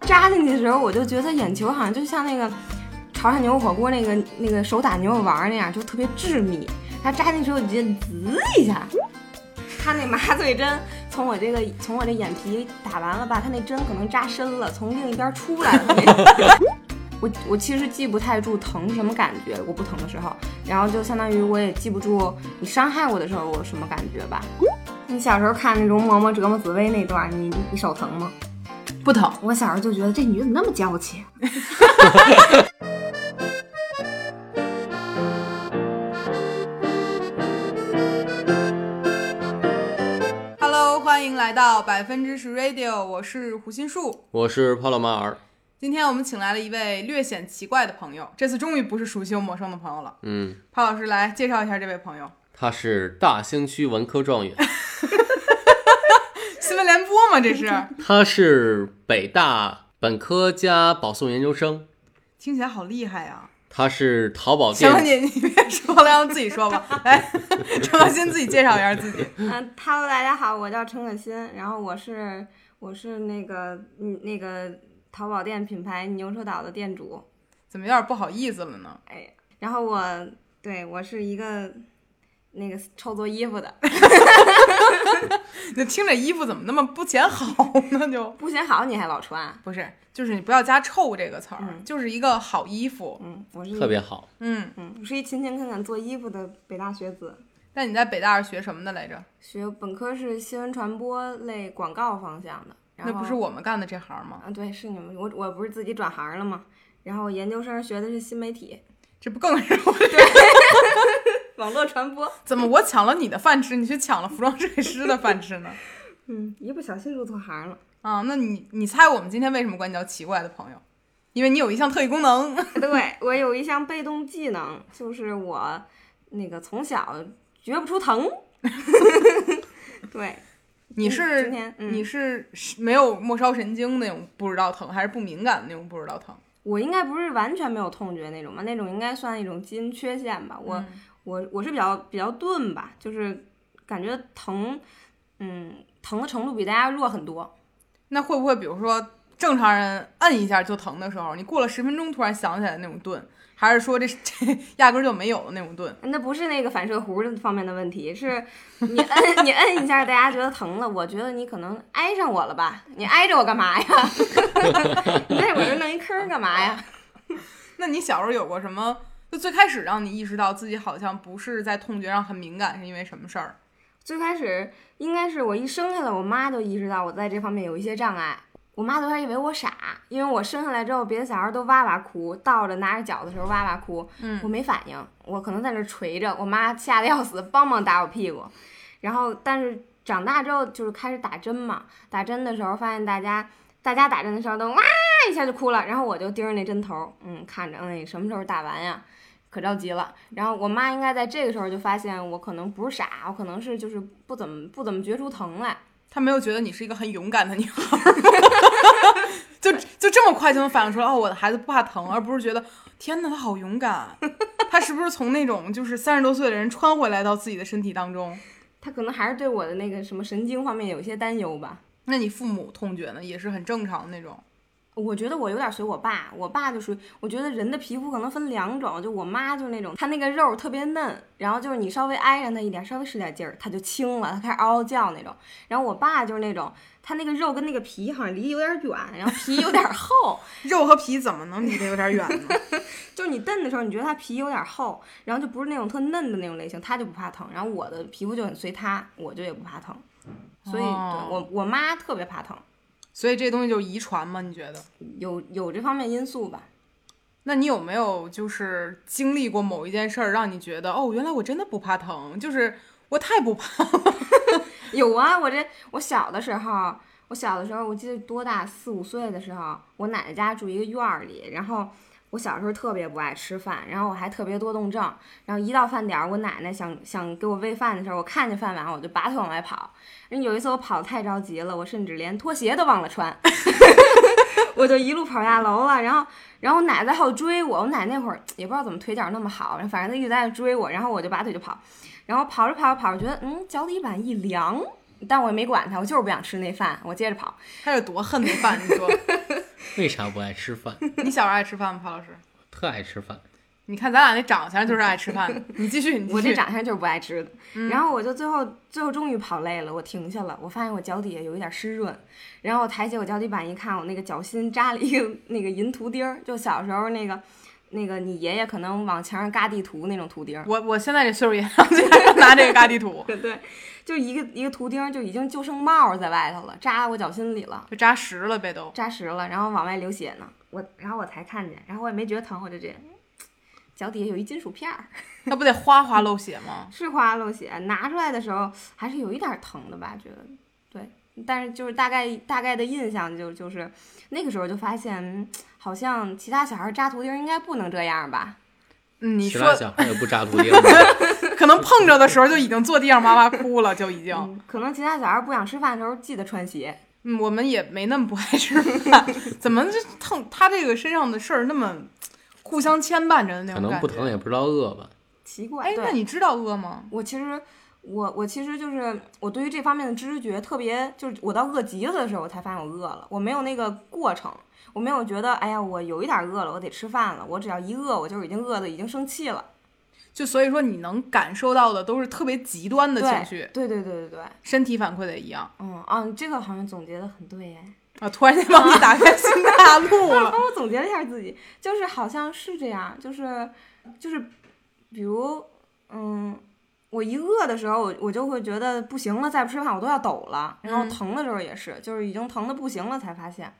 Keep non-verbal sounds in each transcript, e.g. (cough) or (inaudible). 扎进去的时候，我就觉得眼球好像就像那个潮汕牛肉火锅那个那个手打牛肉丸那样，就特别致密。它扎进去时候，我就觉得滋一下，它那麻醉针从我这个从我这眼皮打完了吧，它那针可能扎深了，从另一边出来了那种。 (laughs) 我我其实记不太住疼是什么感觉，我不疼的时候，然后就相当于我也记不住你伤害我的时候我什么感觉吧。你小时候看那种嬷嬷折磨紫薇那段，你你手疼吗？不疼。我小时候就觉得这女的怎么那么娇气？ Hello，欢迎来到百分之十 Radio，我是胡心树。我是帕洛马尔，今天我们请来了一位略显奇怪的朋友，这次终于不是熟悉又陌生的朋友了。嗯，潘老师来介绍一下这位朋友，他是大兴区文科状元， (laughs) 新闻联播吗？ (laughs) 这是，他是北大本科加保送研究生，听起来好厉害呀、他是淘宝行了，店你你别说了，让他自己说 (laughs) 吧。来，陈可辛自己介绍一下自己。嗯、哈喽，大家好，我叫陈可辛，然后我是我是那个嗯那个淘宝店品牌牛车岛的店主，怎么有点不好意思了呢？然后我对我是一个那个臭做衣服的， (laughs) 那听着衣服怎么那么不显好呢？就不显好你还老穿，啊不是，就是你不要加“臭”这个词儿，嗯就是一个好衣服。嗯，我是一特别好，嗯，嗯，我是一勤勤恳恳做衣服的北大学子，那你在北大是学什么的来着？学本科是新闻传播类广告方向的，然那后不是我们干的这行吗？啊，对，是你们，我我不是自己转行了吗？然后我研究生学的是新媒体、这不 (laughs) 更是我？网络传播，怎么我抢了你的饭吃，你却抢了服装设计师的饭吃呢？嗯，一不小心入错行了。啊，那你你猜我们今天为什么管你叫奇怪的朋友？因为你有一项特异功能， (laughs) 对我有一项被动技能，就是我那个从小觉不出疼。 (laughs) 对，你是今天、嗯、你是是没有末梢神经那种不知道疼，还是不敏感的那种不知道疼？我应该不是完全没有痛觉那种吧？那种应该算一种基因缺陷吧？我、嗯我我是比较比较钝吧，就是感觉疼，嗯，疼的程度比大家弱很多。那会不会比如说正常人摁一下就疼的时候，你过了十分钟突然想起来那种顿，还是说这 (laughs) 这压根儿就没有的那种顿？那不是那个反射弧方面的问题，是你摁 (laughs) 你摁一下，大家觉得疼了，我觉得你可能挨上我了吧？你挨着我干嘛呀？ (laughs) 你在我这弄一坑儿干嘛呀？那你小时候有过什么？就最开始让你意识到自己好像不是在痛觉上很敏感，是因为什么事儿？最开始应该是我一生下来，我妈就意识到我在这方面有一些障碍。我妈都还以为我傻，因为我生下来之后，别的小孩都哇哇哭，倒着拿着脚的时候哇哇哭，嗯我没反应，我可能在那儿捶着，我妈吓得要死，梆梆打我屁股。然后，但是长大之后就是开始打针嘛，打针的时候发现大家大家打针的时候都哇一下就哭了，然后我就盯着那针头，嗯，看着，哎，什么时候打完呀？可着急了。然后我妈应该在这个时候就发现我可能不是傻，我可能是就是不怎么不怎么觉出疼来。他没有觉得你是一个很勇敢的女孩儿吗， (laughs) 就就这么快就能反应出来哦，我的孩子不怕疼，而不是觉得天哪，他好勇敢，啊他是不是从那种就是三十多岁的人穿回来到自己的身体当中？她可能还是对我的那个什么神经方面有一些担忧吧。那你父母痛觉呢，也是很正常的那种。我觉得我有点随我爸，我爸就属于，我觉得人的皮肤可能分两种，就我妈就是那种，她那个肉特别嫩，然后就是你稍微挨上她一点，稍微使点劲儿，她就轻了，她开始嗷嗷叫那种。然后我爸就是那种，他那个肉跟那个皮好像离有点远，然后皮有点厚， (laughs) 肉和皮怎么能离得有点远呢？ (laughs) 就是你蹬的时候，你觉得它皮有点厚，然后就不是那种特嫩的那种类型，它就不怕疼。然后我的皮肤就很随它，我就也不怕疼，所以对哦我我妈特别怕疼，所以这东西就遗传嘛？你觉得？有有这方面因素吧。那你有没有就是经历过某一件事儿，让你觉得哦，原来我真的不怕疼，就是我太不怕 (laughs) (laughs) 有啊，我这我小的时候，我小的时候，我记得多大，四五岁的时候，我奶奶家住一个院儿里，然后我小时候特别不爱吃饭，然后我还特别多动症，然后一到饭点儿，我奶奶想想给我喂饭的时候，我看见饭碗我就拔腿往外跑，人有一次我跑得太着急了，我甚至连拖鞋都忘了穿。 (laughs) 我就一路跑下楼了，然后，然后我奶奶在后追我。我奶奶那会儿也不知道怎么腿脚那么好，反正她一直在追我，然后我就拔腿就跑，然后跑着跑着跑着，觉得嗯脚底板一凉，但我也没管他，我就是不想吃那饭，我接着跑。他有多恨那饭？你说 (laughs) 为啥不爱吃饭？你小时候爱吃饭吗，潘老师？特爱吃饭。你看咱俩那长相就是爱吃饭的。你继续，你我继 (laughs) 这续。长相就是不爱吃的。然后我就最后最后终于跑累了，我停下了，我发现我脚底下有一点湿润，然后我抬起我脚底板一看，我那个脚心扎了一个那个银图钉儿，就小时候那个那个你爷爷可能往墙上嘎地图那种图钉儿。 (laughs) 我我现在这岁数也拿这个嘎地土，对，就一个一个图钉儿就已经就剩帽儿在外头了，扎我脚心里了，就扎实了呗都。扎实了，然后往外流血呢。我然后我才看见，然后我也没觉得疼，我就这样脚底下有一金属片儿，那不得哗哗漏血吗？是花漏血，拿出来的时候还是有一点儿疼的吧，觉得对，但是就是大概大概的印象就就是那个时候就发现，嗯好像其他小孩扎图钉儿应该不能这样吧，嗯你其他说小孩也不扎图钉， (laughs) 可能碰着的时候就已经坐地上哇哇哭了，就已经。嗯，可能其他小孩不想吃饭的时候记得穿鞋，嗯，我们也没那么不爱吃饭，怎么就疼？他这个身上的事儿那么互相牵绊着的那可种感觉。能不疼也不知道饿吧。奇怪，哎，对那你知道饿吗？我其实我我其实就是我对于这方面的知觉特别，就是我到饿极了的时候，我才发现我饿了，我没有那个过程，我没有觉得哎呀我有一点饿了，我得吃饭了，我只要一饿我就已经饿的已经生气了，就所以说你能感受到的都是特别极端的情绪，对对对对对，身体反馈的一样嗯啊，你这个好像总结的很对耶，啊！突然间帮你打开新大陆了， (laughs) 帮我总结了一下自己，就是好像是这样，就是就是比如嗯。我一饿的时候，我我就会觉得不行了，再不吃饭我都要抖了。然后嗯疼的时候也是，就是已经疼的不行了才发现。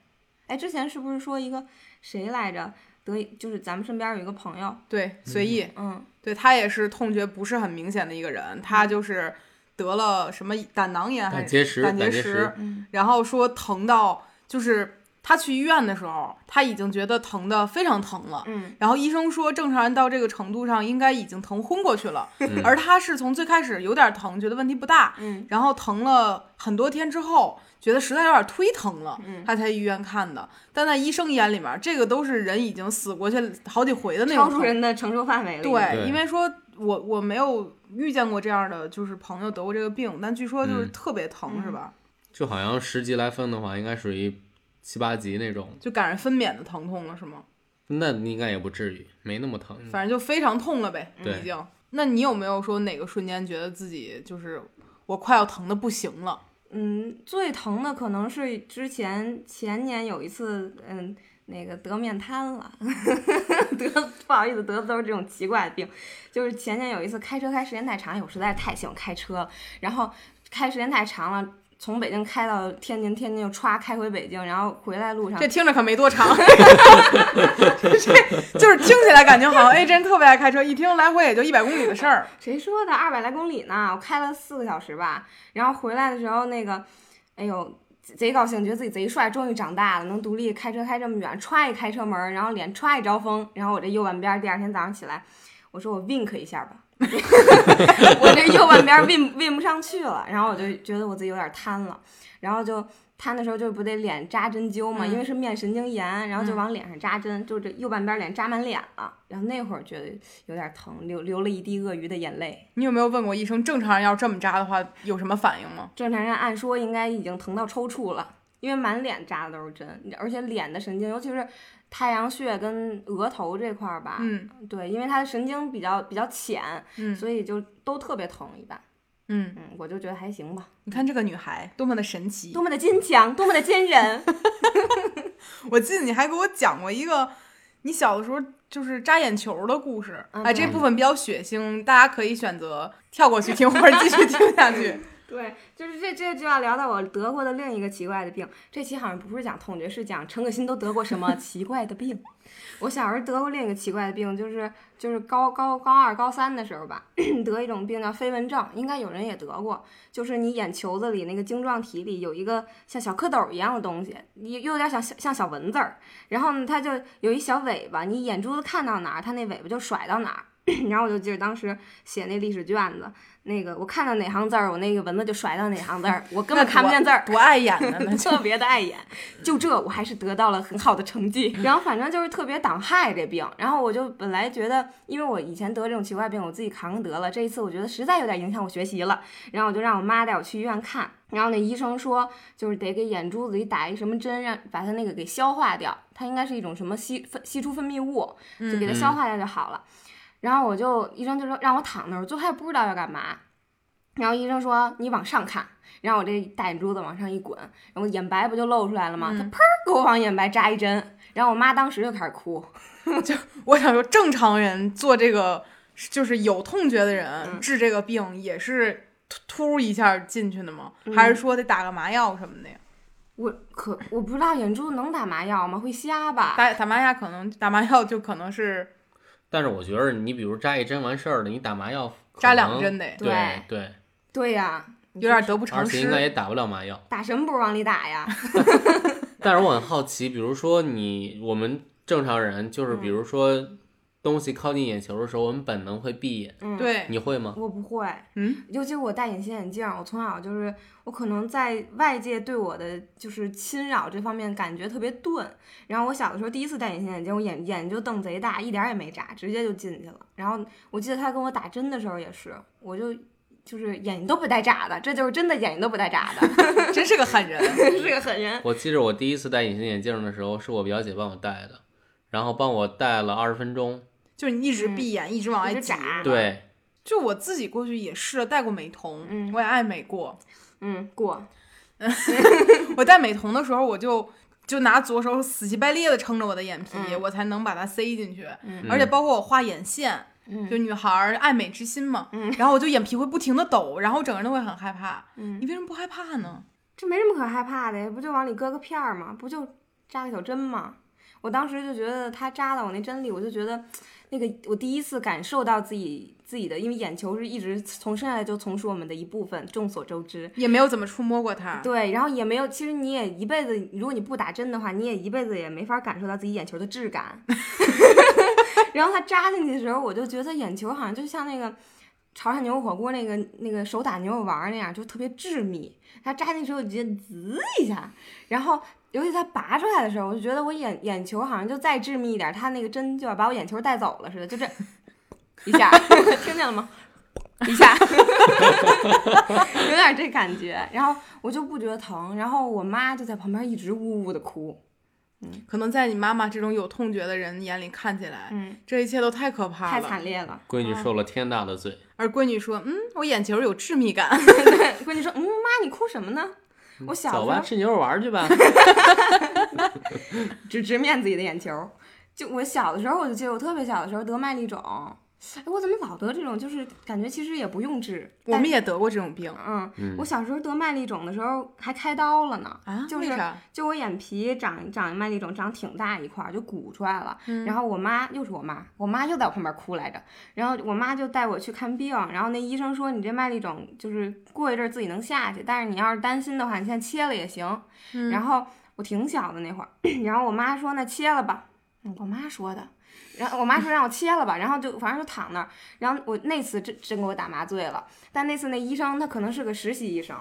哎，之前是不是说一个谁来着？得就是咱们身边有一个朋友，对，随意，嗯，对他也是痛觉不是很明显的一个人，他就是得了什么胆囊炎还胆是结石，胆胆结结石，嗯然后说疼到就是他去医院的时候，他已经觉得疼的非常疼了。嗯，然后医生说，正常人到这个程度上应该已经疼昏过去了，嗯而他是从最开始有点疼，觉得问题不大，嗯，然后疼了很多天之后，觉得实在有点忒疼了，嗯他才医院看的。但在医生眼里面，这个都是人已经死过去好几回的那种超疼出人的承受范围了。对，对因为说我我没有遇见过这样的，就是朋友得过这个病，但据说就是嗯特别疼，是吧？就好像十级来分的话，应该属于七八级那种，就感染分娩的疼痛了，是吗？那应该也不至于，没那么疼。反正就非常痛了呗，嗯对已经。那你有没有说哪个瞬间觉得自己就是我快要疼的不行了？嗯，最疼的可能是之前前年有一次，嗯，那个得面瘫了， (laughs) 得不好意思得的都是这种奇怪的病，就是前年有一次开车开时间太长，因为我实在是太喜欢开车了，然后开时间太长了，从北京开到天津，天津又歘开回北京，然后回来路上这听着可没多长， (laughs) 这就是听起来感觉好像哎，这人特别爱开车，一听来回也就一百公里的事儿。谁说的？二百来公里呢，我开了四个小时吧。然后回来的时候，那个，哎呦，贼贼高兴，觉得自己贼帅，终于长大了，能独立开车开这么远，歘一开车门，然后脸歘一招风。然后我这右半边，第二天早上起来，我说我 wink 一下吧， (laughs) 我这右半边 win win 不上去了。然后我就觉得我自己有点瘫了，然后就。瘫的时候就不得脸扎针灸嘛，嗯因为是面神经炎，然后就往脸上扎针，就这右半边脸扎满脸了。然后那会儿觉得有点疼，流流了一滴鳄鱼的眼泪。你有没有问过医生，正常人要这么扎的话有什么反应吗？正常人按说应该已经疼到抽搐了，因为满脸扎的都是针，而且脸的神经，尤其是太阳穴跟额头这块儿吧，嗯对，因为它的神经比较比较浅，嗯所以就都特别疼一般。嗯，嗯，我就觉得还行吧，你看这个女孩多么的神奇，多么的坚强，多么的坚 (laughs) 韧。我记得你还给我讲过一个你小的时候就是扎眼球的故事，嗯哎，这部分比较血腥，大家可以选择跳过去听，或者继续听下 (laughs) 去。对，就是这这就要聊到我得过的另一个奇怪的病。这期好像不是讲痛觉，是讲陈可辛都得过什么奇怪的病。 (laughs) 我小时候得过另一个奇怪的病，就是就是高高高二高三的时候吧， (clears throat) 得一种病叫飞蚊症，应该有人也得过，就是你眼球子里那个晶状体里有一个像小蝌蚪一样的东西，你又有点像小像小蚊子儿，然后呢它就有一小尾巴，你眼珠子看到哪儿，它那尾巴就甩到哪儿。 (clears throat) 然后我就记得当时写那历史卷子，那个我看到哪行字儿，我那个蚊子就甩到哪行字儿，我根本看不见字儿，多碍眼呢，那就特别的碍眼。就这，我还是得到了很好的成绩。然后反正就是特别挡害这病。然后我就本来觉得，因为我以前得这种奇怪病，我自己扛着得了。这一次我觉得实在有点影响我学习了，然后我就让我妈带我去医院看。然后那医生说，就是得给眼珠子里打一什么针，让把它那个给消化掉。它应该是一种什么析分析出分泌物，就给它消化掉就好了。然后我就医生就说让我躺那儿，我最后也不知道要干嘛。然后医生说你往上看，然后我这大眼珠子往上一滚，然后眼白不就露出来了吗？他砰给我往眼白扎一针，然后我妈当时就开始哭。我想说，正常人做这个就是有痛觉的嗯人治这个病也是突突一下进去的吗？嗯还是说得打个麻药什么的呀？我可我不知道眼珠子能打麻药吗？会瞎吧？打打麻药可能打麻药就可能是但是我觉得你比如扎一针完事儿了，你打麻药可扎两能针得对对，对呀、有点得不而偿且应该失。也打不了麻药。打什么不是往里打呀？但是我很好奇，比如说你我们正常人，就是比如说东西靠近眼球的时候，我们本能会闭眼，嗯，对，你会吗？我不会，嗯，尤其我戴隐形眼镜，我从小就是我可能在外界对我的就是侵扰这方面感觉特别钝。然后我小的时候第一次戴隐形眼镜，我眼眼就瞪贼大，一点儿也没眨，直接就进去了。然后我记得他跟我打针的时候也是，我就就是眼睛都不带眨的，这就是真的眼睛都不带眨的， (laughs) 真是个狠人。嗯 (laughs) 是个狠人。我记着我第一次戴隐形眼镜的时候，是我表姐帮我戴的，然后帮我戴了二十分钟。就是你一直闭眼，一直往外嗯一直挤眨是吧对，就我自己过去也是戴过美瞳，嗯我也爱美过。嗯，过。 (laughs) 我戴美瞳的时候，我就就拿左手死乞白咧的撑着我的眼皮，嗯我才能把它塞进去。嗯而且包括我画眼线，嗯就女孩儿爱美之心嘛。然后我就眼皮会不停的抖，然后整个人都会很害怕。嗯你为什么不害怕呢？这没什么可害怕的，不就往里搁个片儿吗？不就扎个小针吗？我当时就觉得他扎到我那针里，我就觉得那个我第一次感受到自己自己的，因为眼球是一直从生下来就从是我们的一部分，众所周知。也没有怎么触摸过它。对，然后也没有，其实你也一辈子，如果你不打针的话，你也一辈子也没法感受到自己眼球的质感。 (laughs) 然后它扎进去的时候，我就觉得眼球好像就像那个潮汕牛肉火锅那个那个手打牛肉丸儿那样，就特别致密。它扎进去的时候，我就觉得滋一下，然后尤其它拔出来的时候，我就觉得我眼眼球好像就再致密一点，它那个针就要把我眼球带走了似的，就这一下， (laughs) 听见了吗？一下， (laughs) 有点这感觉。然后我就不觉得疼，然后我妈就在旁边一直呜呜的哭。可能在你妈妈这种有痛觉的人眼里看起来，嗯，这一切都太可怕太了。惨烈 (laughs) 了。闺女受了天大的罪。而闺女说：“嗯，我眼球有致密感。闺女说：“嗯，妈，你哭什么呢？”我小走时吧，候吃牛肉丸儿去吧。直直面自己的眼球。就我小的时候，我就记得我特别小的时候得麦粒肿。哎，我怎么老得这种？就是感觉其实也不用治。”我们也得过这种病嗯，我小时候得麦粒肿的时候还开刀了呢。啊？就为是 (laughs) 啥？就我眼皮长长麦粒肿，长挺大一块儿，就鼓出来了。然后我妈又是我妈，我妈又在我旁边哭来着。然后我妈就带我去看病，然后那医生说你这麦粒肿就是过一阵儿自己能下去，但是你要是担心的话，你现在切了也行。然后我挺小的那会儿， (coughs) 然后我妈说那切了吧，嗯我妈说的。然后我妈说让我切了吧，然后就反正就躺那儿。然后我那次真真给我打麻醉了，但那次那医生他可能是个实习医生，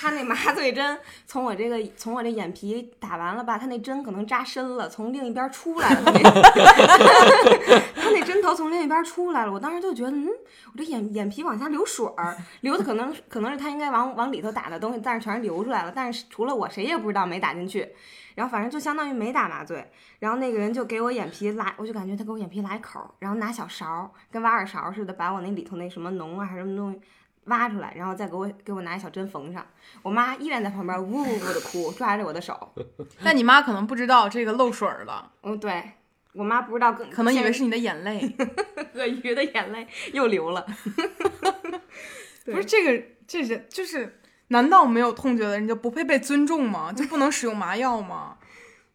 他那麻醉针从我这个从我这眼皮打完了吧，他那针可能扎深了，从另一边出来了。他那 (laughs) 针头从另一边出来了，我当时就觉得，嗯，我这眼眼皮往下流水儿，流的可能可能是他应该往往里头打的东西，但是全是流出来了。但是除了我，谁也不知道没打进去。然后反正就相当于没打麻醉，然后那个人就给我眼皮拉，我就感觉他给我眼皮拉一口儿，然后拿小勺儿跟挖耳勺儿似的，把我那里头那什么脓啊还是什么东西挖出来，然后再给我给我拿一小针缝上。我妈依然在旁边呜呜呜的哭，抓着我的手。但你妈可能不知道这个漏水儿了，嗯，对我妈不知道，可能以为是你的眼泪。鳄鱼的眼泪又流了。对不是这个，这人就是，难道没有痛觉的人就不配被尊重吗？就不能使用麻药吗？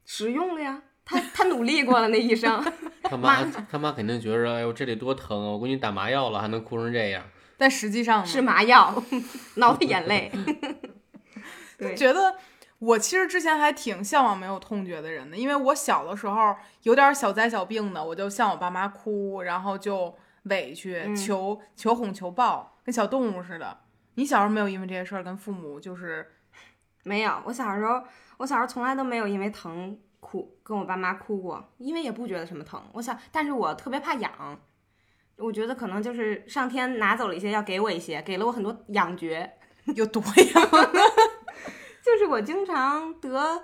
使用了呀，他他努力过了，那医生。他妈他妈肯定觉着，哎呦这里多疼啊！我闺女打麻药了还能哭成这样，但实际上呢是麻药，挠的眼泪。对，觉得我其实之前还挺向往没有痛觉的人的，因为我小的时候有点小灾小病的，我就向我爸妈哭，然后就委屈、嗯求求哄求抱，跟小动物似的。你小时候没有因为这些事儿跟父母就是没有。我小时候，我小时候从来都没有因为疼哭，跟我爸妈哭过，因为也不觉得什么疼。我想，但是我特别怕痒，我觉得可能就是上天拿走了一些，要给我一些，给了我很多痒觉。有多 (laughs) 痒？就是我经常得，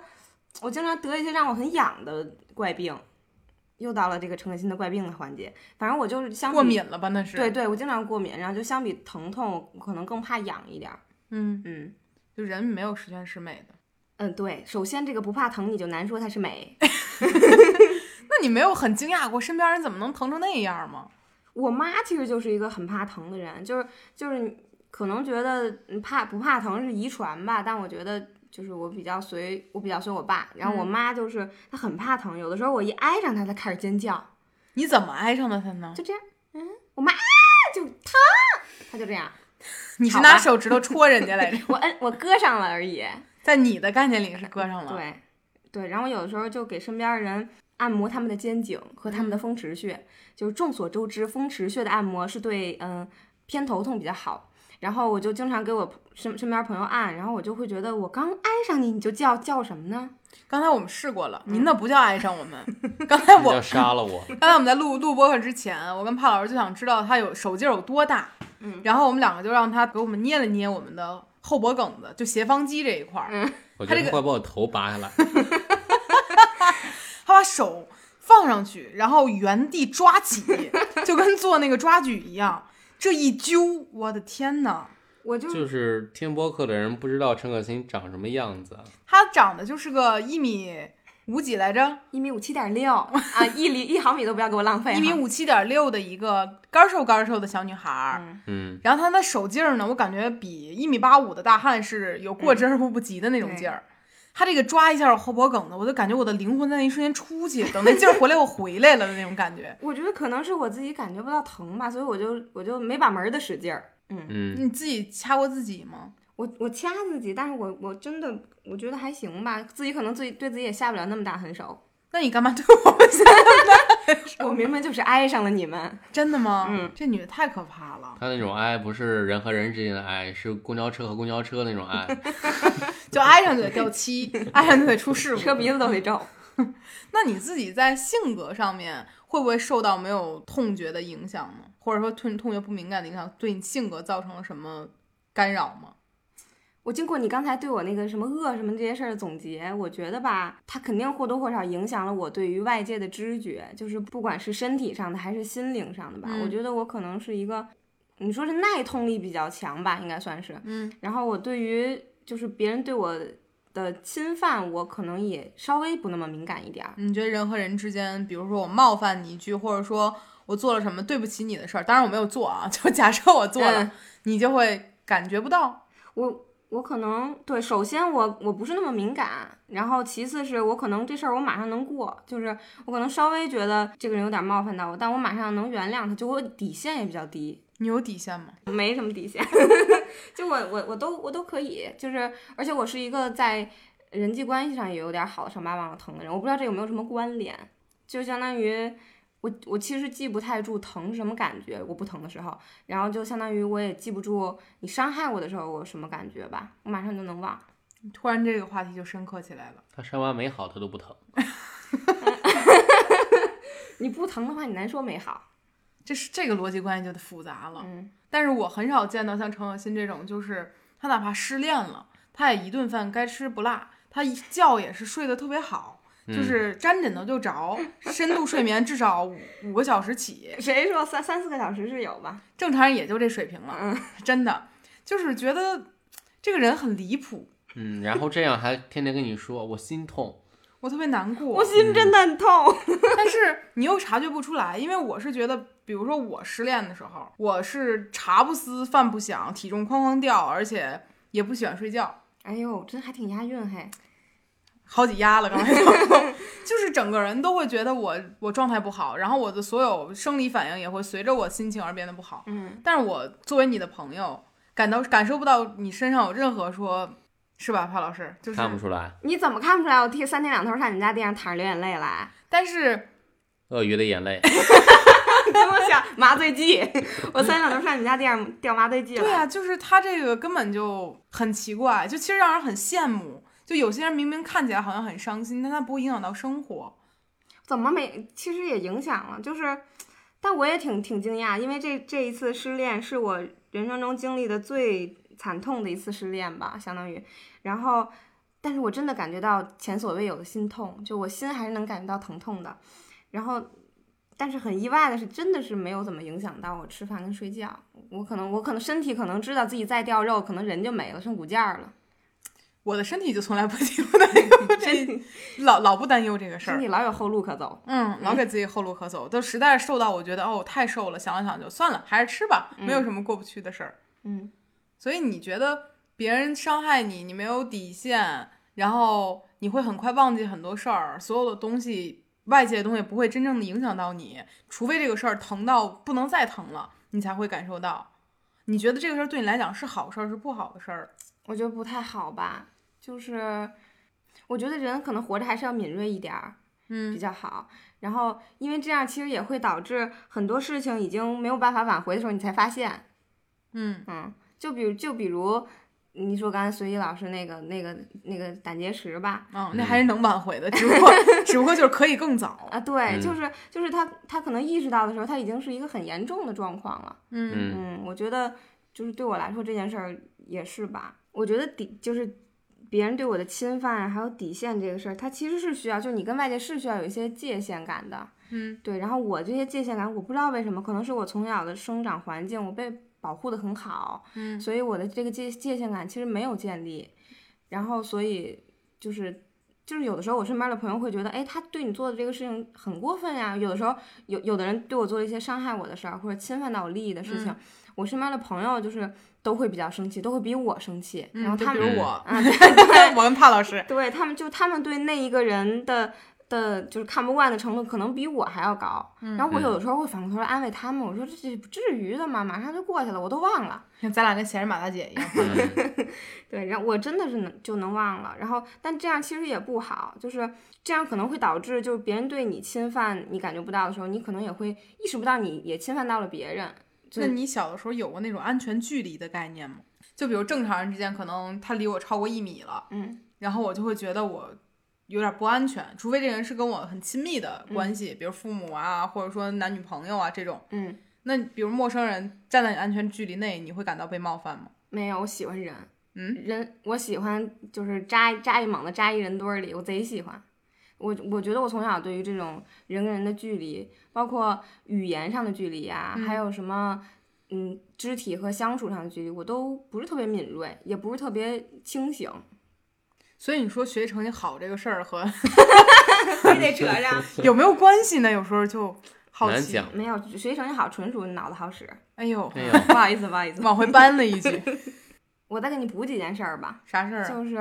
我经常得一些让我很痒的怪病，又到了这个陈可辛的怪病的环节。反正我就是相比过，敏了吧？那是，对对，我经常过敏，然后就相比疼痛，我可能更怕痒一点儿。嗯，嗯就人没有十全十美的。嗯，对，首先这个不怕疼，你就难说它是美。 (laughs) 那你没有很惊讶过身边人怎么能疼成那样吗？我妈其实就是一个很怕疼的人，就是就是可能觉得嗯怕不怕疼是遗传吧，但我觉得就是我比较随我比较随我爸，然嗯后我妈就是她很怕疼，有的时候我一挨上她，她开始尖叫，你怎么挨上的他呢？就这样，嗯，我妈啊就疼，她就这样，你是好拿吧手指头戳人家 (laughs) 来着？我摁我搁上了而已，在你的概念里是搁上了。对对，然后有的时候就给身边的人。按摩他们的肩颈和他们的风池穴，就是众所周知，风池穴的按摩是对嗯偏头痛比较好。然后我就经常给我身身边朋友按，然后我就会觉得我刚挨上你，你就叫叫什么呢？刚才我们试过了，嗯您那不叫挨上我们。 (laughs) 刚才我要杀了我，刚才我们在录录播客之前，我跟帕老师就想知道他有手劲儿有多大，嗯然后我们两个就让他给我们捏了捏我们的后脖梗子，就斜方肌这一块儿，嗯我觉他这得个快把我头拔下来。他把手放上去，然后原地抓 (laughs) 起，就跟做那个抓举一样，这一揪，我的天呐，我就就是听播客的人不知道陈可辛长什么样子，啊他长得就是个一米五几来着，一米五七点六啊，一厘一毫米都不要给我浪费哈。一米五七点六的一个干瘦干瘦的小女孩儿。嗯，嗯，然后她的手劲儿呢，我感觉比一米八五的大汉是有过之而无不及的那种劲儿。她这个抓一下我后脖梗子，我就感觉我的灵魂在那一瞬间出去，等那劲儿回来，我回来了的那种感觉。我觉得可能是我自己感觉不到疼吧，所以我就我就没把门儿的使劲儿。嗯，嗯，你自己掐过自己吗？我我掐自己，但是我我真的我觉得还行吧，自己可能自己对自己也下不了那么大狠手。那你干嘛对我们下？我明明就是挨上了你们， (laughs) 真的吗？嗯，这女的太可怕了，他那种爱不是人和人之间的爱，是公交车和公交车那 (laughs) 种爱。就挨上就得 (laughs) 掉漆，挨上就得出事故。车鼻子都得皱。那你自己在性格上面会不会受到没有痛觉的影响呢？或者说痛痛觉不敏感的影响，对你性格造成了什么干扰吗？我经过你刚才对我那个什么饿什么这些事儿的总结，我觉得吧，它肯定或多或少影响了我对于外界的知觉，就是不管是身体上的还是心灵上的吧。嗯我觉得我可能是一个，你说是耐痛力比较强吧，应该算是。嗯，然后我对于就是别人对我的侵犯，我可能也稍微不那么敏感一点儿。你觉得人和人之间，比如说我冒犯你一句，或者说我做了什么对不起你的事儿，当然我没有做啊， (laughs) 就假设我做了，嗯你就会感觉不到。我我可能对，首先我我不是那么敏感，然后其次是我可能这事儿我马上能过，就是我可能稍微觉得这个人有点冒犯到我，但我马上能原谅他，就我底线也比较低，你有底线吗？没什么底线， (laughs) 就我我我都我都可以，就是而且我是一个在人际关系上也有点好的伤疤忘了疼的人，我不知道这有没有什么关联，就相当于。我我其实记不太住疼是什么感觉，我不疼的时候，然后就相当于我也记不住你伤害我的时候我什么感觉吧，我马上就能忘。突然这个话题就深刻起来了。他伤疤没好，他都不疼。你不疼的话，你难说没好。这是这个逻辑关系就复杂了，嗯，但是我很少见到像陈可辛这种，就是他哪怕失恋了，他也一顿饭该吃不落，他一觉也是睡得特别好，嗯就是沾枕头就着，深度睡眠至少五五个小时起，谁说三三四个小时是有吧？正常人也就这水平了，嗯真的，就是觉得这个人很离谱，嗯，然后这样还天天跟你说我心痛，我特别难我过，心真的很痛。但是你又察觉不出来，因为我是觉得，比如说我失恋的时候，我是茶不思饭不想，体重哐哐掉，而且也不喜欢睡觉，哎呦，真还挺押韵嘿。好几压了，刚才讲过， (laughs) 就是整个人都会觉得我我状态不好，然后我的所有生理反应也会随着我心情而变得不好。嗯，但是我作为你的朋友，感到感受不到你身上有任何说，是吧，帕老师？就是，看不出来。你怎么看不出来？我天三天两头上你家地上躺着流眼泪来，但是鳄鱼的 (laughs) 眼泪，嗯 (laughs) 跟我想麻醉剂。 (laughs) 我三天两头上你家地上掉麻醉剂对了。啊，就是他这个根本就很奇怪，就其实让人很羡慕。就有些人明明看起来好像很伤心，但他不会影响到生活。怎么没？其实也影响了，就是，但我也挺挺惊讶，因为这这一次失恋是我人生中经历的最惨痛的一次失恋吧，相当于。然后，但是我真的感觉到前所未有的心痛，就我心还是能感觉到疼痛的。然后，但是很意外的是，真的是没有怎么影响到我吃饭跟睡觉。我可能我可能身体可能知道自己再掉肉，可能人就没了，剩骨架 (laughs) 了。 (laughs) 我的身体就从来不担身忧这体 (laughs) 老老不担忧这个事身儿，体老有后路可走。嗯，老给自己后路可走，都实在是瘦到我觉得哦太瘦了，想了想就算了，还是吃吧，没有什么过不去的事儿。嗯，所以你觉得别人伤害你，你没有底线，然后你会很快忘记很多事儿，所有的东西，外界的东西不会真正的影响到你，除非这个事儿疼到不能再疼了，你才会感受到。你觉得这个事儿对你来讲是好事儿，是不好的事儿？我觉得不太好吧，就是我觉得人可能活着还是要敏锐一点儿。比嗯，较好。然后，因为这样其实也会导致很多事情已经没有办法挽回的时候，你才发现，嗯嗯，就比如就比如你说刚才随意老师那个那个那个胆结石吧，嗯，那还是能挽回的，只不过 (laughs) 只不过就是可以更早。啊，对，嗯就是就是他他可能意识到的时候，他已经是一个很严重的状况了。嗯嗯嗯，我觉得就是对我来说这件事儿也是吧。我觉得底就是别人对我的侵犯还有底线这个事儿，它其实是需要，就你跟外界是需要有一些界限感的。嗯，对。然后我这些界限感，我不知道为什么，可能是我从小的生长环境，我被保护的很好，嗯所以我的这个界界限感其实没有建立。然后所以就是。就是有的时候，我身边的朋友会觉得，哎，他对你做的这个事情很过分呀。有的时候，有有的人对我做了一些伤害我的事儿，或者侵犯到我利益的事情，嗯我身边的朋友就是都会比较生气，都会比我生气。然后就他嗯比们如我，啊，对 (laughs) 我跟帕老师，对他们就他们对那一个人的的，就是看不惯的程度，可能比我还要高。嗯然后我有的时候会反过头来安慰他们，我说这这不至于的嘛，马上就过去了，我都忘了。咱俩跟闲人马大姐一样。嗯对，然后我真的是能就能忘了，然后但这样其实也不好，就是这样可能会导致就是别人对你侵犯你感觉不到的时候，你可能也会意识不到你也侵犯到了别人。就 (laughs) 那你小的时候有过那种安全距离的概念吗？就比如正常人之间，可能他离我超过一米了，嗯，然后我就会觉得我有点不安全，除非这个人是跟我很亲密的关系，比如父母啊，或者说男女朋友啊这种。嗯，那比如陌生人站在你安全距离内，你会感到被冒犯吗？没有，我喜欢人，嗯，人我喜欢就是扎一扎一猛的扎一人堆儿里，我贼喜欢。我我觉得我从小对于这种人跟人的距离，包括语言上的距离呀、还有什么嗯肢体和相处上的距离，我都不是特别敏锐，也不是特别清醒。所以你说学习成绩好这个事儿 (laughs) 和非得扯上有没有关系呢？有时候就好难奇讲。。没有学习成绩好，纯属脑子好使。哎呦，哎呦， (laughs) 不好意思，不好意思，往回搬了一句，我再给你补几件事儿吧。啥事儿啊？就是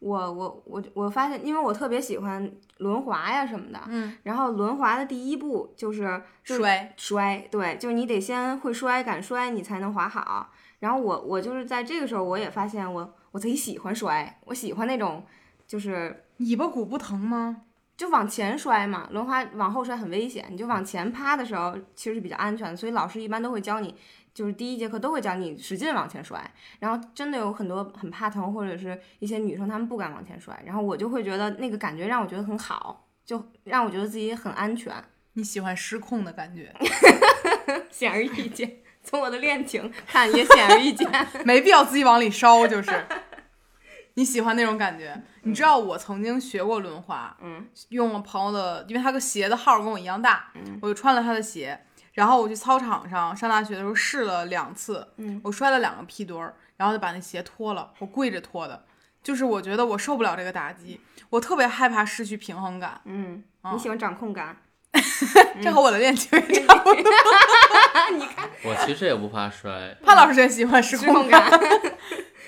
我我我我发现，因为我特别喜欢轮滑呀什么的，嗯，然后轮滑的第一步就是就是摔，摔，对，就是你得先会摔，敢摔，你才能滑好。然后我我就是在这个时候，我也发现我我自己喜欢摔，我喜欢那种就是尾巴骨不疼吗？就往前摔嘛，轮滑往后摔很危险，你就往前趴的时候其实是比较安全的，所以老师一般都会教你，就是第一节课都会教你使劲往前摔。然后真的有很多很怕疼或者是一些女生她们不敢往前摔，然后我就会觉得那个感觉让我觉得很好，就让我觉得自己很安全。你喜欢失控的感觉？ (laughs) 显而易见，从我的恋情看也显而易见。没必要自己往里烧，就是 (laughs) 你喜欢那种感觉。你知道我曾经学过轮滑，嗯，用了朋友的，因为他个鞋的号跟我一样大，嗯我就穿了他的鞋。然后我去操场上上大学的时候试了两次，嗯，我摔了两个屁墩儿，然后就把那鞋脱了，我跪着脱的，就是我觉得我受不了这个打击，我特别害怕失去平衡感，嗯，你喜欢掌控感？这和我 (laughs) 的恋情也差不多。你看我其实也不怕摔。潘老师也喜欢失失控控，感。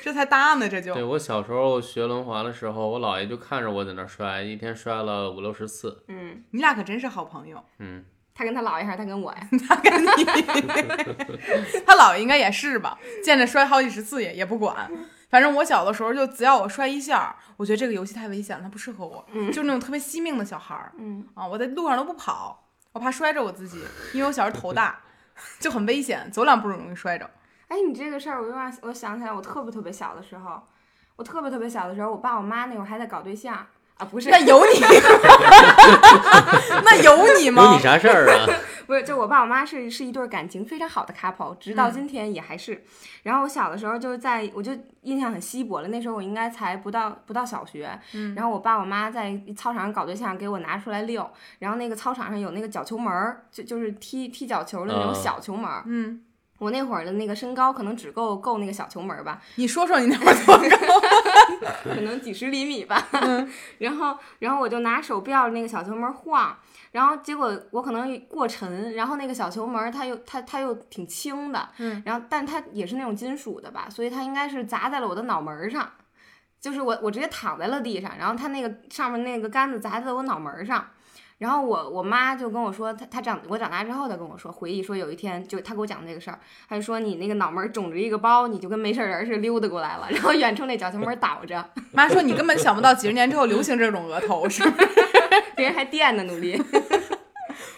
这才搭呢，这就对我小时候学轮滑的时候，我姥爷就看着我在那儿摔，一天摔了五六十次。嗯，你俩可真是好朋友。嗯，他跟他姥爷还是他跟我呀？ (laughs) 他姥爷应该也是吧，见着摔好几十次也也不管。反正我小的时候就只要我摔一下儿，我觉得这个游戏太危险了，它不适合我，就是那种特别惜命的小孩儿。嗯啊，我在路上都不跑，我怕摔着我自己，因为我小时候头大，就很危险，走两步容易摔着。哎，你这个事儿，我又让我想起来，我特别特别小的时候，我特别特别小的时候，我爸我妈那会儿还在搞对象啊，不是那，有你，那有你有吗你？啥事儿啊？ (laughs) 不是，就我爸我妈是是一对儿感情非常好的 couple，直到今天也还是。然后我小的时候就是在，我就印象很稀薄了，那时候我应该才不到不到小学。嗯、然后我爸我妈在操场上搞对象，给我拿出来遛。然后那个操场上有那个角球门儿，就就是踢踢脚球的那种嗯小球门儿。嗯，我那会儿的那个身高可能只够够那个小球门儿吧，你说说你那会儿多高？可能几十厘米吧。 (laughs) 然后，然后我就拿手吊着那个小球门晃，然后结果我可能过沉，然后那个小球门它又它它又挺轻的，嗯，然后但它也是那种金属的吧，所以它应该是砸在了我的脑门上，就是我我直接躺在了地上，然后它那个上面那个杆子砸在我脑门上。然后我我妈就跟我说，她她长我长大之后，她跟我说回忆说有一天就她给我讲这个事儿，她就说你那个脑门肿着一个包，你就跟没事人似的溜达过来了，然后远处那角球门倒着，妈说你根本想不到几十年之后流行这种额头是不是？别人还垫呢，努力。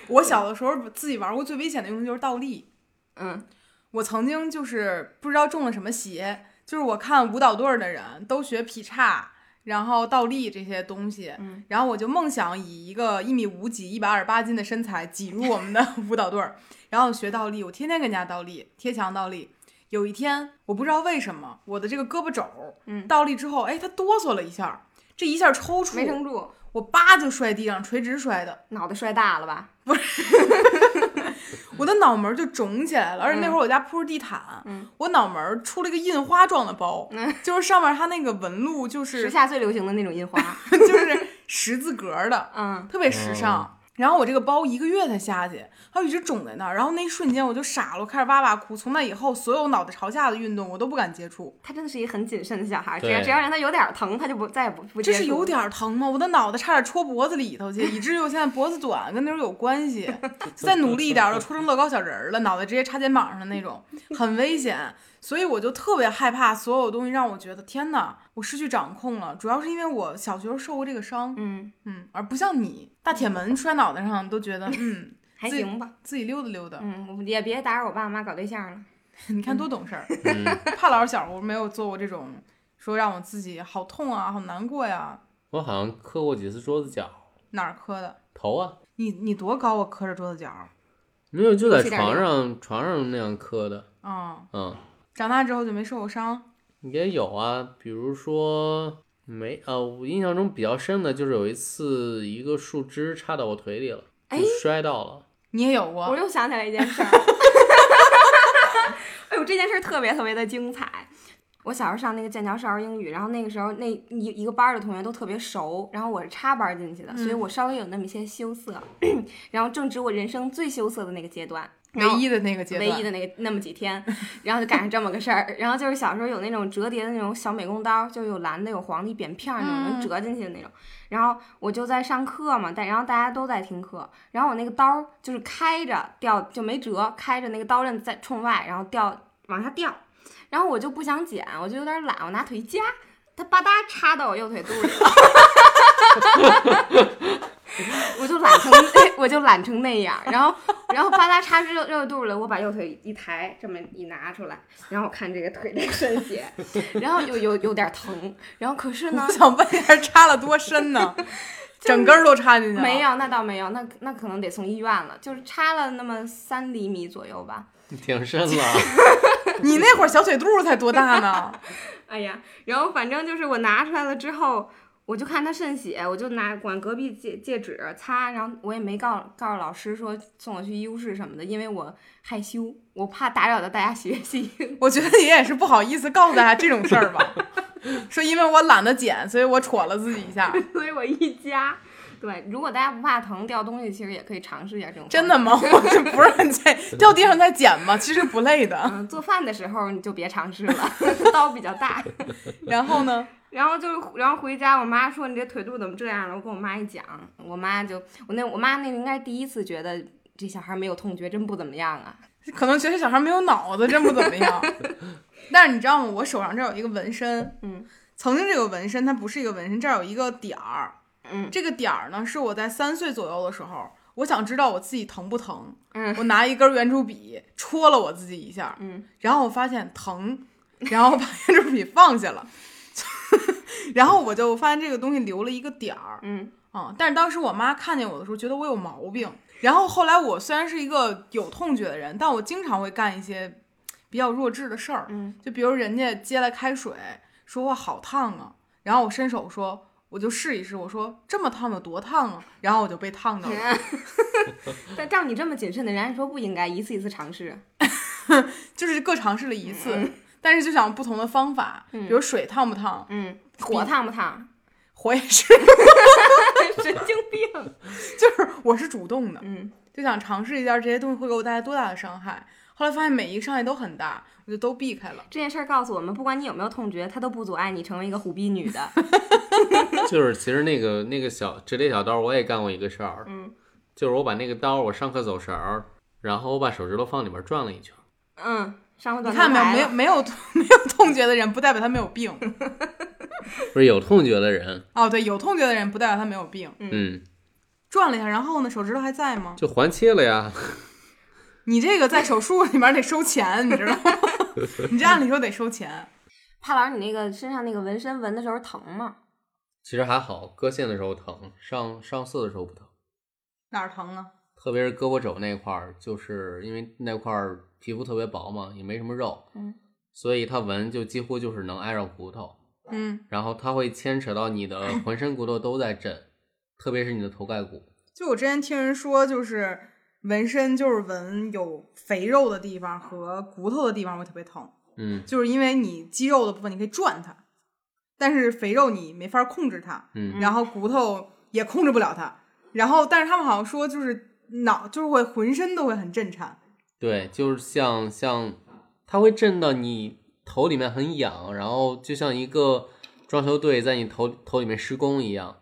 我小的时候自己玩过最危险的运动就是倒立，嗯我曾经就是不知道中了什么邪，就是我看舞蹈队儿的人都学劈叉，然后倒立这些东西，嗯然后我就梦想以一个一米五几、一百二十八斤的身材挤入我们的 (laughs) 舞蹈队儿，然后学倒立，我天天跟人家倒立，贴墙倒立。有一天，我不知道为什么我的这个胳膊肘，嗯倒立之后，哎，它哆嗦了一下儿，这一下抽搐，没撑住，我叭就摔地上，垂直摔的，脑袋摔大了吧？我的脑门儿就肿起来了，而且那嗯会儿我家铺着地毯，嗯我脑门儿出了一个印花状的包，嗯 (laughs) 就是上面它那个纹路就时是下最流行的那种印花，就是十字格儿的，嗯，特别时尚。然后我这个包一个月才下去，它一直肿在那儿。然后那一瞬间我就傻了，我开始哇哇哭。从那以后，所有脑袋朝下的运动我都不敢接触。他真的是一个很谨慎的小孩，只对要只要让他有点疼，他就不再也不不接这触是有点儿疼吗？我的脑袋差点戳脖子里头去，以至于我现在脖子短，跟那时候有 (laughs) 关系。再努力一点儿，就戳成乐高小人儿了，脑袋直接插肩膀上的那种，很危险。所以我就特别害怕所有东西，让我觉得天哪，我失去掌控了。主要是因为我小时候受过这个伤，嗯，嗯，而不像你大铁门摔脑袋上 (laughs) 都觉得，嗯，还自己行吧，自己溜达溜达。嗯，我也别打扰我爸妈搞对象了。你看多懂事儿，嗯， (laughs) 怕老小，我没有做过这种说让我自己好痛啊，好难过呀，我好像磕过几次桌子角，哪儿磕的？头啊，你你多高啊？磕着桌子角儿。没有就在有点儿床上床上那样磕的，嗯，嗯，长大之后就没受过伤。也有啊，比如说没啊，我印象中比较深的就是有一次一个树枝插到我腿里了，就哎摔到了，你也有过我？又想起来一件事儿， (laughs) 哎呦，这件事儿特别特别的精彩。我小时候上那个剑桥少儿英语，然后那个时候那一一个班儿的同学都特别熟，然后我是插班儿进去的，所以嗯我稍微有那么一些羞涩， (coughs) 然后正值我人生最羞涩的那个阶段，然后唯一的那个阶唯段，一的那个那么几天，然后就赶上这么个事儿。然后就是小时候有那种折叠的那种小美工刀，就有蓝的有黄的，一扁片儿那种能嗯折进去的那种。然后我就在上课嘛，但然后大家都在听课，然后我那个刀就是开着掉就没折，开着那个刀刃在冲外，然后掉往下掉。然后我就不想捡，我就有点懒，我拿腿一夹，它吧嗒插到我右腿肚里 (laughs) 了。我就懒成， (laughs) 我就懒成那样，然后，然后吧嗒插入右右肚里了，我把右腿一抬，这么一拿出来，然后我看这个腿这个渗血，然后有有有点疼，然后可是呢我，想问一下，插了多 (laughs) 深呢？整根儿都插进去了？没。有，那倒没有，那那可能得送医院了，就是插了那么三厘米左右吧。 (laughs) 挺深了，你那会儿小腿肚儿才多大呢？哎呀，然后反正就是我拿出来了之后，我就看它渗血，我就拿管隔壁借借纸擦，然后我也没告告诉老师说送我去医务室什么的，因为我害羞，我怕打扰到大家学习。 (laughs) 我觉得你也是不好意思告诉大家这种事儿吧。 (laughs) 说因为我懒得剪，所以我戳了自己一下，所以我一夹。对，如果大家不怕疼掉东西，其实也可以尝试一下这种。真的？吗？ (laughs) 我就不是很建议掉地上再剪嘛，其实不累的。嗯，做饭的时候你就别尝试了， (laughs) 刀比较大。然后呢？然后就是，然后回家，我妈说你这腿肚怎么这样了？我跟我妈一讲，我妈就我那我妈那应该第一次觉得这小孩没有痛觉，真不怎么样啊。可能觉得小孩没有脑子，真不怎么样。但是你知道吗？我手上这儿有一个纹身，嗯，曾经这个纹身它不是一个纹身，这儿有一个点儿，嗯这个点儿呢是我在三岁左右的时候，我想知道我自己疼不疼，嗯，我拿一根圆珠笔戳了我自己一下，嗯，然后我发现疼，然后把圆 (laughs) 珠笔放下了，然后我就发现这个东西留了一个点儿，嗯嗯，但是当时我妈看见我的时候，觉得我有毛病。然后后来我虽然是一个有痛觉的人，但我经常会干一些比较弱智的事儿。嗯，就比如人家接来开水，说哇好烫啊，然后我伸手说我就试一试，我说这么烫有多烫啊，然后我就被烫到了。 (laughs) 但照你这么谨慎的人，按说不应该一次一次尝啊试。就是各尝试了一次，但是就想不同的方法，比如水烫不烫，嗯，火烫不 (laughs) 烫？火也是，神经病。就是我是主动的，嗯，就想尝试一下这些东西会给我带来多大的伤害。后来发现每一个伤害都很大，我就都避开了。这件事儿告诉我们，不管你有没有痛觉，它都不阻碍你成为一个虎逼女 (laughs) 的。 (laughs) 就是其实那个那个小折叠小刀，我也干过一个事儿，嗯，就是我把那个刀，我上课走神儿，然后我把手指头放里边转了一圈，嗯，上过你短看没有，没没有没有没有痛觉的人，不代表他没有病。不是有痛觉的人，哦，对，有痛觉的人不代表他没有病。嗯，转了一下，然后呢，手指头还在吗？就环切了呀，你这个在手术里面得收钱，你知道吗？ (laughs) 你这按理说得收钱。帕老师，你那个身上那个纹身纹的时候疼吗？其实还好，割线的时候疼，上上色的时候不疼，哪儿疼呢？特别是胳膊肘那块儿，就是因为那块儿皮肤特别薄嘛，也没什么肉，嗯，所以它纹就几乎就是能挨着骨头，嗯，然后它会牵扯到 (laughs) 你的浑身骨头都在震，特别是你的头盖骨。就我之前听人说，就是纹身就是纹有肥肉的地方和骨头的地方会特别疼，嗯就是因为你肌肉的部分你可以转它，但是肥肉你没法控制它，嗯然后骨头也控制不了它，然后但是他们好像说就是脑就是会浑身都会很震颤，对，就是像像它会震到你头里面很痒，然后就像一个装修队在你头头里面施工一样。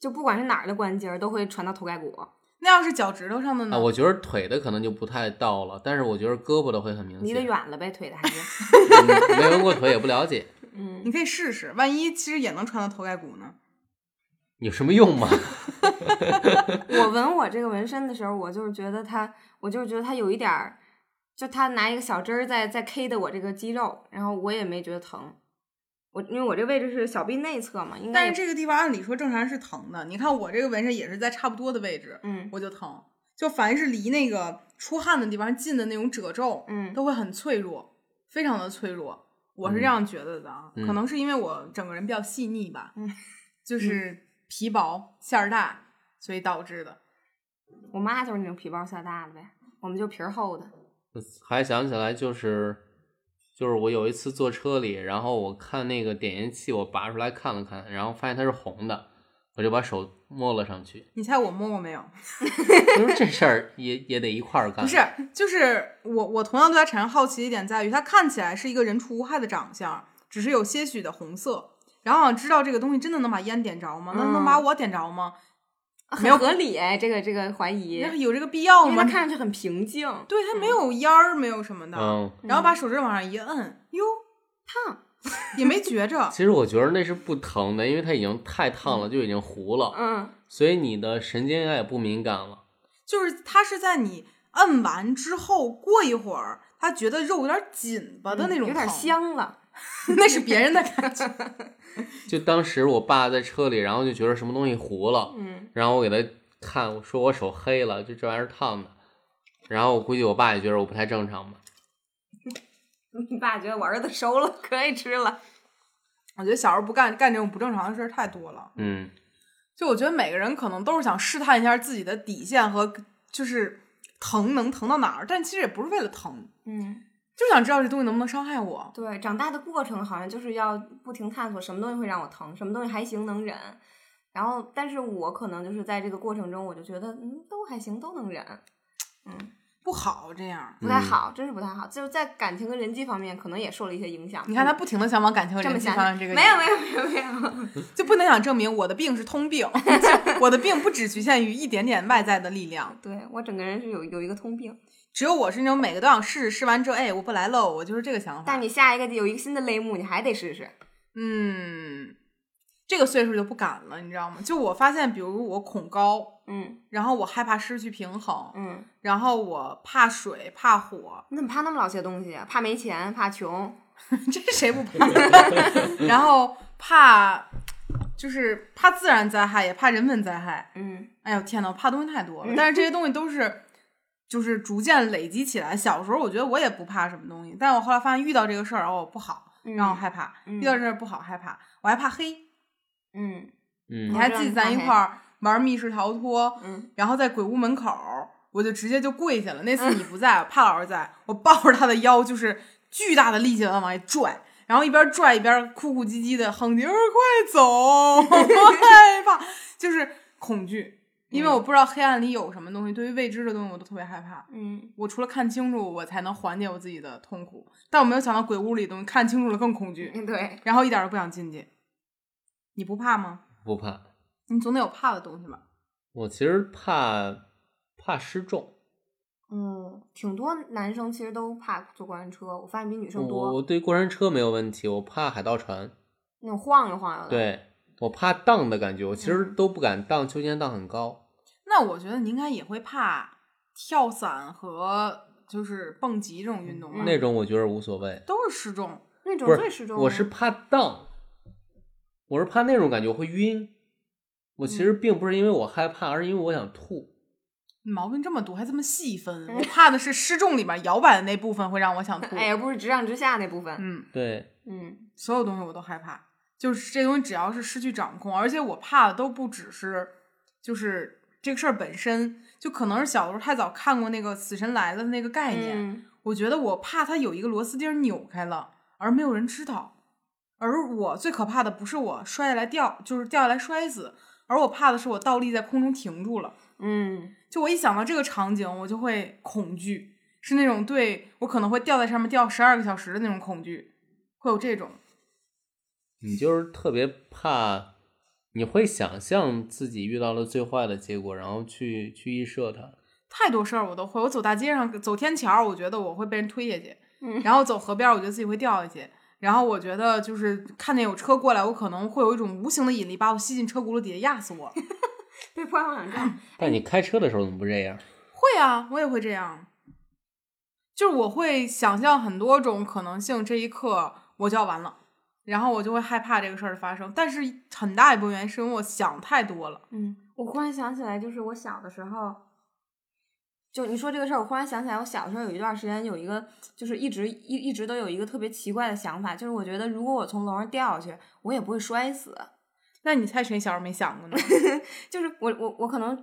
就不管是哪儿的关节儿，都会传到头盖骨。那要是脚趾头上的嗯呢？啊，我觉得腿的可能就不太到了，但是我觉得胳膊的会很明离得显。远了呗，腿的还是。 (laughs) 嗯没纹过腿也不了解，嗯，你可以试试，万一其实也能穿到头盖骨呢。有什么用吗？我纹我这个纹身的时候，我就是觉得它，我就是觉得它有一点儿，就它拿一个小针儿在在 K 的我这个肌肉，然后我也没觉得疼。我因为我这个位置是小臂内侧嘛，应该但也是这个地方按理说正常人是疼的，你看我这个纹身也是在差不多的位置，嗯我就疼。就凡是离那个出汗的地方近的那种褶皱，嗯都会很脆弱，非常的脆弱。我是这嗯样觉得的啊，嗯可能是因为我整个人比较细腻吧，嗯就是皮薄馅儿大，所以导致的。我妈就是那种皮包馅大的呗，我们就皮儿厚的。还想起来就是，就是我有一次坐车里，然后我看那个点烟器，我拔出来看了看，然后发现它是红的，我就把手摸了上去。 (laughs) 你猜我摸过没有？啊我说这事儿也也得一块儿干。不是，就是我我同样对它产生好奇的一点在于，它看起来是一个人畜无害的长相，只是有些许的红色。然后想知道这个东西真的能把烟点着吗？能嗯能把我点着吗？没有很合理哎，这个这个怀疑，那因有这个必要为吗它？看上去很平静，对，它没有烟儿，没有什么的。嗯，然后把手指往上一摁，哟，烫，也没 (laughs) 觉着。其实我觉得那是不疼的，因为它已经太烫了，就已经糊了，嗯，所以你的神经应该也不敏感了。就是它是在你摁完之后，过一会儿，它觉得肉有点紧巴的那嗯种，有点，香了， (laughs) 那是别人的感觉。就当时我爸在车里，然后就觉得什么东西糊了，嗯，然后我给他看，我说我手黑了，就这玩意儿烫的。然后我估计我爸也觉得我不太正常吧。 (laughs) 你爸觉得我儿子熟了，可以吃了，我觉得小时候不干干这种不正常的事儿太多了。嗯，就我觉得每个人可能都是想试探一下自己的底线和就是疼能疼到哪儿，但其实也不是为了疼，嗯，就想知道这东西能不能伤害我。对，长大的过程好像就是要不停探索什么东西会让我疼，什么东西还行能忍，然后但是我可能就是在这个过程中，我就觉得嗯都还行，都能忍，不好这样。不太嗯好，真是不太好，就是在感情跟人际方面可能也受了一些影响。你看他不停的想往感情和嗯这人么际想方面这个没有没有没有没有， (laughs) 就不能想证明我的病是通病， (laughs) 就我的病不只局限于一点点外在的力量。对我整个人是有有一个通病。只有我是那种每个都想试试，试完之后哎我不来喽，我就是这个想法但。你下一个有一个新的类目，你还得试试。嗯，这个岁数就不敢了，你知道吗？就我发现，比如我恐高，嗯然后我害怕失去平衡，嗯，然后我怕水怕火， (laughs) 你怎么怕那么老些东西啊？怕没钱，怕穷， (laughs) 这谁不怕？然后怕就是怕自然灾害，也怕人文灾害。嗯哎呦天呐，我怕东西太多了。但是这些东西都是就是逐渐累积起来。小时候我觉得我也不怕什么东西，但是我后来发现遇到这个事儿哦不好，嗯让我害怕；嗯遇到这事儿不好害怕，我还怕黑。嗯嗯你我还知道记得你咱怕一黑块儿玩密室逃脱，嗯，然后在鬼屋门口儿，我就直接就跪下了。那次你不在，帕老师在，我抱着他的腰，就是巨大的力气的往外拽，然后一边拽一边哭哭唧唧的哼唧：“儿快走，我害怕。”就是恐惧，因为我不知道黑暗里有什么东西，对于未知的东西我都特别害怕。嗯 (laughs) 我除了看清楚，我才能缓解我自己的痛苦，但我没有想到鬼屋里的东西，看清楚了更恐惧，嗯，对，然后一点儿都不想进去。你不怕吗？不怕。你总得有怕的东西吧？我其实怕怕失重，嗯，挺多男生其实都怕坐过山车，我发现比女生我多，我对过山车没有问题，我怕海盗船，那种晃悠晃悠的。，对我怕荡的感觉，我其实嗯都不敢荡，秋千荡很高。那我觉得你应该也会怕跳伞和就是蹦极这种运动吧？啊嗯那种我觉得无所谓，都是失重。那种不最是适中。我是怕荡，我是怕那种感觉我会晕。我其实嗯并不是因为我害怕，而是因为我想吐。毛病这么多，还这么细分。嗯我怕的是失重里边摇摆的那部分会让我想吐。哎呀，不是直上直下那部分。嗯，对，嗯所有东西我都害怕，就是这东西只要是失去掌控，而且我怕的都不只是就是这个事儿本身，就可能是小时候太早看过那个《死神来了》的那个概念，嗯我觉得我怕它有一个螺丝钉儿扭开了，而没有人知道。而我最可怕的不是我摔下来掉，就是掉下来摔死，而我怕的是我倒立在空中停住了。嗯就我一想到这个场景，我就会恐惧，是那种对我可能会掉在上面掉十二个小时的那种恐惧，会有这种。你就是特别怕，你会想象自己遇到了最坏的结果，然后去去预设它。太多事儿我都会，我走大街上走天桥儿，我觉得我会被人推下去，嗯然后走河边儿，我觉得自己会掉下去，然后我觉得就是看见有车过来，我可能会有一种无形的引力把我吸进车轱辘底下压死我。被破防症。但你开车的时候怎么不这样？会啊，我也会这样，就是我会想象很多种可能性，这一刻我就要完了，然后我就会害怕这个事儿的发生，但是很大一部分原因是因为我想太多了。 (laughs) 嗯，我忽然想起来，就是我小的时候，就你说这个事儿，我忽然想起来，我小时候有一段时间有一个，就是一直一一直都有一个特别奇怪的想法，就是我觉得如果我从楼上掉下去，我也不会摔死。那你猜谁小时候没想过呢？ (laughs) 就是我我我可能，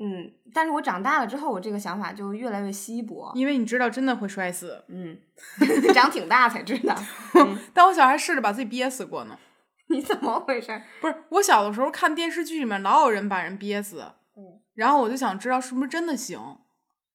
嗯，但是我长大了之后，我这个想法就越来越稀薄。因为你知道真的会摔死， (laughs) 嗯，长挺大才知道， (laughs) 但我小时候还试着把自己憋死过呢。你怎么回事儿？不是，我小的时候看电视剧里面老有人把人憋死，嗯然后我就想知道是不是真的行，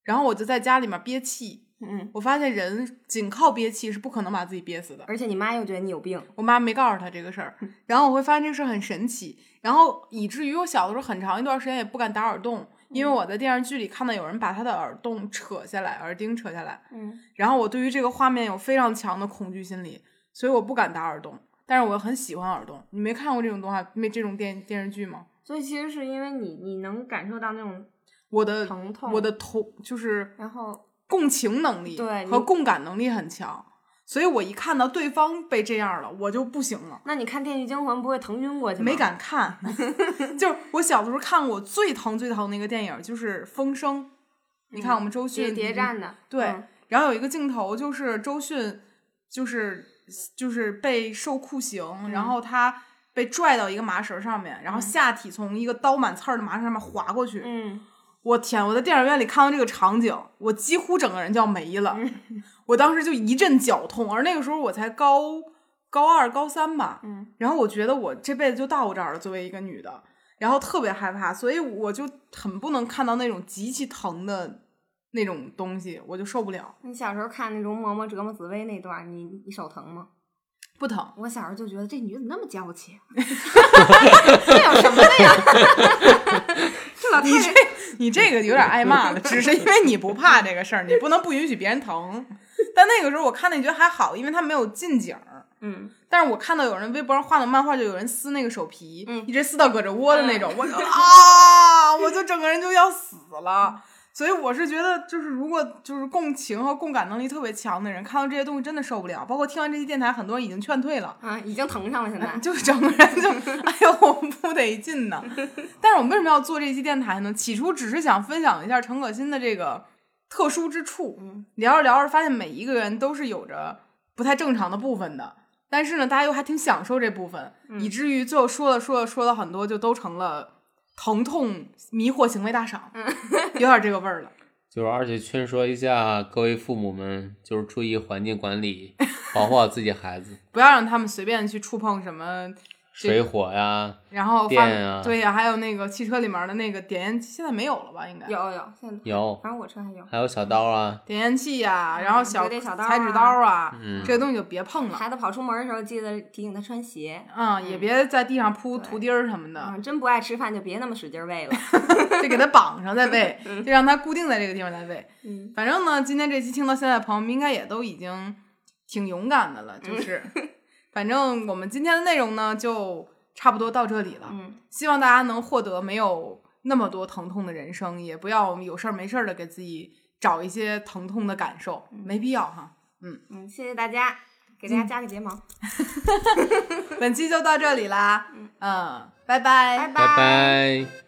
然后我就在家里面憋气，嗯，我发现人仅靠憋气是不可能把自己憋死的。而且你妈又觉得你有病，我妈没告诉她这个事儿，嗯然后我会发现这个事儿很神奇，然后以至于我小的时候很长一段时间也不敢打耳洞，因为嗯我在电视剧里看到有人把他的耳洞扯下来，耳钉扯下来，嗯然后我对于这个画面有非常强的恐惧心理，所以我不敢打耳洞，但是我很喜欢耳洞。你没看过这种动画，没这种电电视剧吗？所以其实是因为你你能感受到那种我的疼痛，我的同就是然后共情能力对和你共感能力很强，所以我一看到对方被这样了，我就不行了。那你看《电锯惊魂》不会疼晕过去吗？没敢看， (laughs) 就是我小的时候看过最疼最疼的一个电影就是《风声》，你看我们周谍迅谍嗯战的，对，嗯然后有一个镜头就是周迅，就是就是被受酷刑，嗯然后他被拽到一个麻绳上面，然后下体从一个刀满刺儿的麻绳上面划过去。嗯，我天！我在电影院里看到这个场景，我几乎整个人就要没了。我当时就一阵绞痛，而那个时候我才高高二、高三吧。嗯，然后我觉得我这辈子就到这儿了，作为一个女的，然后特别害怕，所以我就很不能看到那种极其疼的那种东西，我就受不了。你小时候看那容嬷嬷折磨紫薇那段儿，你你手疼吗？不疼，我小时候就觉得这女的怎么那么娇气、啊， (laughs) 这有什么的呀？ (laughs) 这老太你太这你这个有点挨骂了，只是因为你不怕这个事儿，你不能不允许别人疼。但那个时候我看那觉得还好，因为他没有近景儿。嗯，但是我看到有人微博上画的漫画，就有人撕那个手皮，嗯一直撕到胳肢窝的那种，我就啊，我就整个人就要死了。所以我是觉得，就是如果就是共情和共感能力特别强的人，看到这些东西真的受不了。包括听完这期电台，很多人已经劝退了，啊，已经疼上了，现在就是整个人就哎呦我不得劲呢。但是我们为什么要做这期电台呢？起初只是想分享一下陈可辛的这个特殊之处，聊着聊着发现每一个人都是有着不太正常的部分的。但是呢，大家又还挺享受这部分，以至于最后说了说了说了很多，就都成了疼痛迷惑行为大赏，有点这个味儿了。就是而且劝说一下各位父母们，就是注意环境管理，保护好自己孩 (laughs) 子，不要让他们随便去触碰什么，水火呀，然后电发啊对呀、还有那个汽车里面的那个点烟，器，现在没有了吧？应该有有，现在有反正我车还有，还有小刀啊，点烟器呀、然后嗯小折叠小刀裁纸啊刀啊，嗯这个东西就别碰了。孩子跑出门的时候记得提醒他穿鞋。嗯，也别在地上铺对图钉儿什么的，啊，真不爱吃饭就别那么使劲儿喂了。 (laughs) 就给它绑上再 (laughs) 喂，就让它固定在这个地方再喂。嗯，反正呢，今天这期听到现在的朋友们应该也都已经挺勇敢的嗯了，就是，反正我们今天的内容呢就差不多到这里了。嗯，希望大家能获得没有那么多疼痛的人生，也不要有事儿没事儿的给自己找一些疼痛的感受，没必要哈。嗯，谢谢大家，给大家加个睫毛，本期就到这里啦，嗯，拜拜拜拜拜。